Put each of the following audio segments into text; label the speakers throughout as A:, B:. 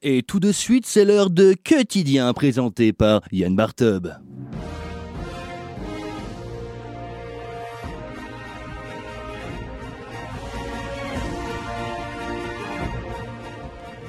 A: Et tout de suite, c'est l'heure de Quotidien présenté par Yann Bartub.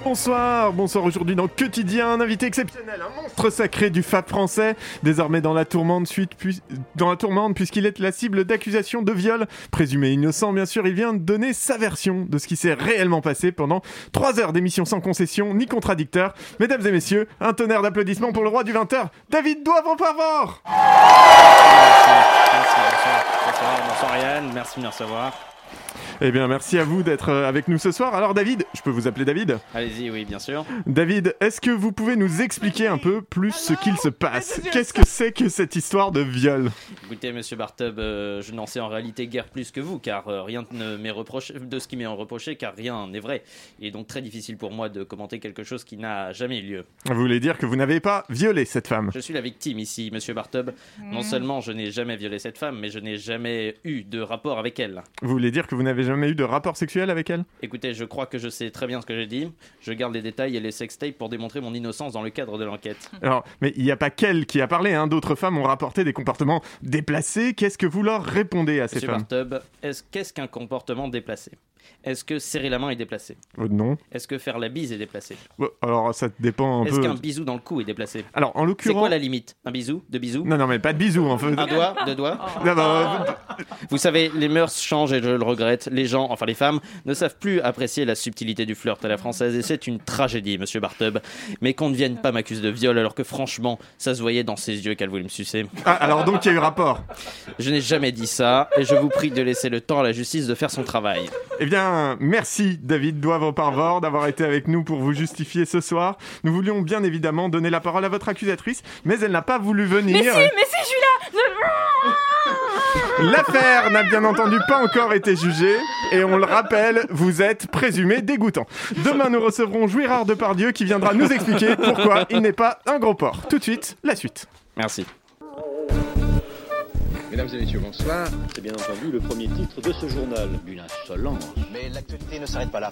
B: Bonsoir, bonsoir aujourd'hui dans Quotidien, un invité exceptionnel, un monstre sacré du Fab français, désormais dans la tourmente suite puis- dans la tourmente puisqu'il est la cible d'accusations de viol, présumé innocent bien sûr, il vient de donner sa version de ce qui s'est réellement passé pendant 3 heures d'émission sans concession ni contradicteur. Mesdames et messieurs, un tonnerre d'applaudissements pour le roi du 20h, David doivre favor
C: Merci, bonsoir. Bonsoir, bonsoir Yann, merci de me recevoir.
B: Eh bien merci à vous d'être euh, avec nous ce soir. Alors David, je peux vous appeler David
C: Allez-y, oui, bien sûr.
B: David, est-ce que vous pouvez nous expliquer un peu plus ce qu'il se passe Qu'est-ce que c'est que cette histoire de viol
C: Écoutez, monsieur Bartub, euh, je n'en sais en réalité guère plus que vous, car euh, rien ne m'est reproché, de ce qui m'est reproché, car rien n'est vrai. Il est donc très difficile pour moi de commenter quelque chose qui n'a jamais eu lieu.
B: Vous voulez dire que vous n'avez pas violé cette femme
C: Je suis la victime ici, monsieur Bartub. Non seulement je n'ai jamais violé cette femme, mais je n'ai jamais eu de rapport avec elle.
B: Vous voulez dire que vous n'avez jamais eu de rapport sexuel avec elle
C: Écoutez, je crois que je sais très bien ce que j'ai dit. Je garde les détails et les sextapes pour démontrer mon innocence dans le cadre de l'enquête.
B: Alors, mais il n'y a pas qu'elle qui a parlé, hein. d'autres femmes ont rapporté des comportements déplacés. Qu'est-ce que vous leur répondez à ces
C: Monsieur
B: femmes
C: Bartub, est-ce- qu'est-ce qu'un comportement déplacé Est-ce que serrer la main est déplacé
B: Euh, Non.
C: Est-ce que faire la bise est déplacé
B: Bon, Alors, ça dépend un
C: Est-ce
B: peu.
C: qu'un bisou dans le cou est déplacé
B: Alors, en
C: C'est quoi
B: l'occurrence.
C: la Ah. limite Un bisou Deux bisous
B: Non, non, mais pas de bisous, en fait.
C: Un doigt Deux doigts Oh.
B: Non, non, euh,
C: Vous savez, les mœurs changent et je le regrette. Les gens, enfin les femmes, ne savent plus apprécier la subtilité du flirt à la française et c'est une tragédie, monsieur Bartub. Mais qu'on ne vienne pas m'accuser de viol alors que franchement, ça se voyait dans ses yeux qu'elle voulait me sucer.
B: ah, alors, donc, il y a eu rapport.
C: Je n'ai jamais dit ça et je vous prie de laisser le temps à la justice de faire son travail.
B: Eh bien, merci David Doivre-Parvor d'avoir été avec nous pour vous justifier ce soir. Nous voulions bien évidemment donner la parole à votre accusatrice, mais elle n'a pas voulu venir.
D: Mais si, mais si, je suis là
B: L'affaire n'a bien entendu pas encore été jugée et on le rappelle, vous êtes présumé dégoûtant. Demain, nous recevrons Jouirard Depardieu qui viendra nous expliquer pourquoi il n'est pas un gros porc. Tout de suite, la suite.
C: Merci.
E: Mesdames et messieurs, bonsoir.
F: C'est bien entendu le premier titre de ce journal. Une insolence.
E: Mais l'actualité ne s'arrête pas là.